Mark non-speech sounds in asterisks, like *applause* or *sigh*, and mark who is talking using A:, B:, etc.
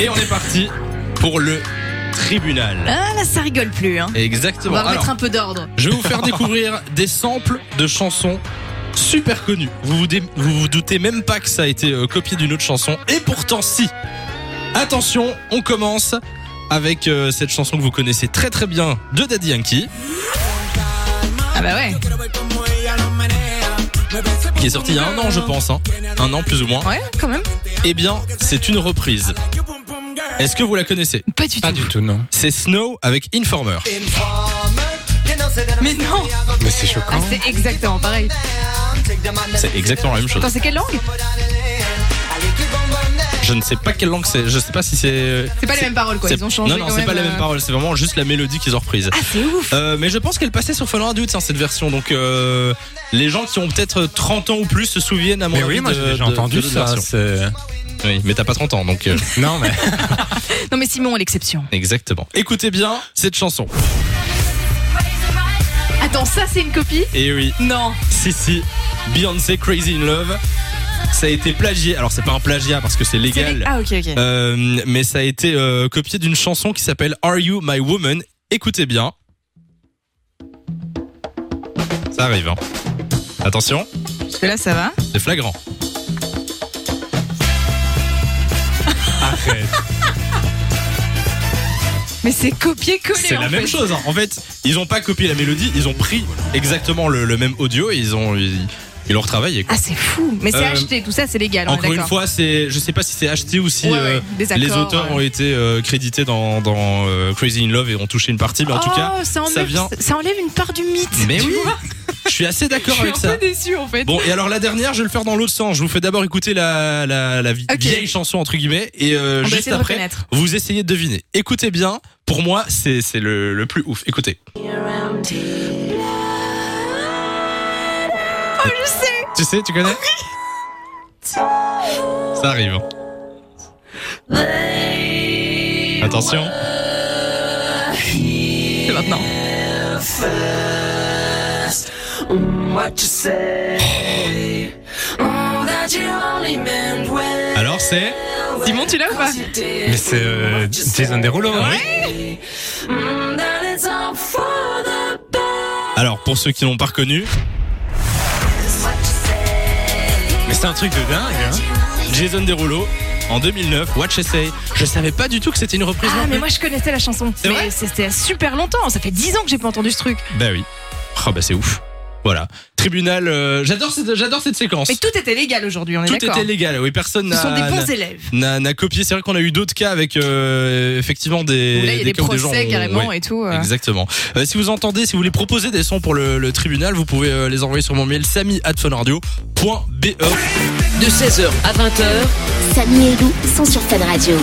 A: Et on est parti pour le tribunal.
B: Ah là, ça rigole plus. Hein. On
A: Exactement.
B: va
A: Alors,
B: remettre un peu d'ordre.
A: je vais vous faire découvrir des samples de chansons super connues. Vous vous, dé- vous vous doutez même pas que ça a été euh, copié d'une autre chanson. Et pourtant, si. Attention, on commence avec euh, cette chanson que vous connaissez très très bien de Daddy Yankee,
B: Ah bah ouais.
A: qui est sortie il y a un an, je pense. hein. Un an plus ou moins.
B: Ouais, quand même.
A: Eh bien, c'est une reprise. Est-ce que vous la connaissez
B: Pas du tout.
C: Pas du tout, non.
A: C'est Snow avec Informer.
B: *laughs* Mais non
C: Mais c'est choquant.
B: Ah, C'est exactement pareil.
A: C'est exactement la même chose.
B: Attends, c'est quelle langue
A: Je ne sais pas quelle langue c'est. Je sais pas si c'est.
B: C'est pas les mêmes paroles quoi.
A: c'est-
B: Ils ont changé
A: Non, non,
B: quand
A: c'est
B: même.
A: pas les mêmes
B: euh,
A: paroles. C'est vraiment juste la mélodie qu'ils ont reprise.
B: Ah, c'est ouf.
A: Euh, mais je pense qu'elle passait sur Fun Radio tiens, cette version. Donc euh, les gens qui ont peut-être 30 ans ou plus se souviennent à mon
C: Mais
A: avis
C: oui, moi
A: de-
C: j'ai déjà
A: de-
C: entendu
A: de cette
C: ça.
A: version.
C: c'est-
A: Oui, mais t'as pas 30 ans donc
C: *laughs*
A: euh,
C: Non, mais
B: Non, mais Simon, l'exception.
A: exactement. Écoutez bien cette chanson.
B: Attends, ça, c'est une copie
A: Et Eh oui,
B: Non.
A: si si, Beyoncé Crazy in Love, ça a été plagié. Alors c'est pas un plagiat parce que c'est
B: C'est
A: légal.
B: les- Ah, ok, ok.
A: Euh, mais ça a été euh, copié d'une chanson qui s'appelle Are You My Woman. Écoutez bien. Ça arrive. hein. Attention,
B: Parce que là, ça va.
A: c'est *laughs* flagrant.
C: arrête.
B: Mais c'est copié-collé.
A: C'est
B: en
A: la
B: fait.
A: même chose. hein. En fait, ils ont pas copié la mélodie, ils ont pris exactement le, le même audio et ils ont ils, ils l'ont retravaillé. quoi.
B: Ah, c'est fou. Mais c'est
A: Euh,
B: acheté, tout ça, c'est légal. on est
A: Encore une
B: Ah, d'accord.
A: fois, c'est je sais pas si c'est acheté ou si
B: Ouais, ouais,
A: euh,
B: des
A: les
B: accords,
A: auteurs
B: euh.
A: ont été euh, crédités dans, dans, euh, Crazy in Love et ont touché une partie, mais en tout
B: Oh,
A: cas,
B: ça enlève,
A: ça vient-
B: ça enlève une part du mythe.
A: Mais
B: tu
A: oui.
B: vois
A: je suis assez
B: Je
A: d'accord
B: suis
A: avec
B: un
A: ça.
B: peu déçu en fait.
A: Bon, et alors la dernière, je vais le faire dans l'autre sens. Je vous fais d'abord écouter la, la, la vi-
B: Ok.
A: vieille chanson, entre guillemets, et euh,
B: On va
A: juste
B: essayer de
A: après,
B: reconnaître.
A: vous essayez de deviner. Écoutez bien, pour moi, c'est c'est le, le plus ouf. Écoutez,
B: Oh, je sais.
A: tu sais, tu connais Ça arrive. hein. Attention.
B: C'est maintenant.
A: Alors c'est
B: Simon, tu l'as ou pas
C: Mais *laughs* c'est euh, Jason Derulo. hein.
A: Alors pour ceux qui l'ont pas reconnu,
C: Mais c'est un truc de dingue. hein.
A: Jason Derulo en 2009, Watch Essay. Je savais pas du tout que c'était une reprise.
B: Ah,
A: non
B: mais
A: plus.
B: moi je connaissais la chanson.
A: C'est vrai
B: Mais c'était il y a super longtemps. Ça fait 10 ans que j'ai pas entendu ce truc.
A: Bah oui. Oh bah c'est ouf. Voilà. Tribunal. euh, j'adore cette j'adore cette séquence.
B: Mais tout était légal aujourd'hui, on est
A: Tout
B: d'accord.
A: était légal. Oui, personne
B: Ce
A: n'a.
B: sont des
A: n'a-
B: bons élèves.
A: n'a, n'a copié. C'est vrai qu'on a eu d'autres cas avec euh, effectivement des,
B: Où là, il y a des,
A: cas où
B: procès
A: gens ont-
B: carrément
A: ouais,
B: et tout. euh.
A: Exactement. Euh, si vous entendez, si vous voulez proposer des sons pour le, le tribunal, vous pouvez euh, les envoyer sur mon mail sami@funradio.be.
D: De 16h à 20h,
E: Samy et Lou sont sur Fan Radio.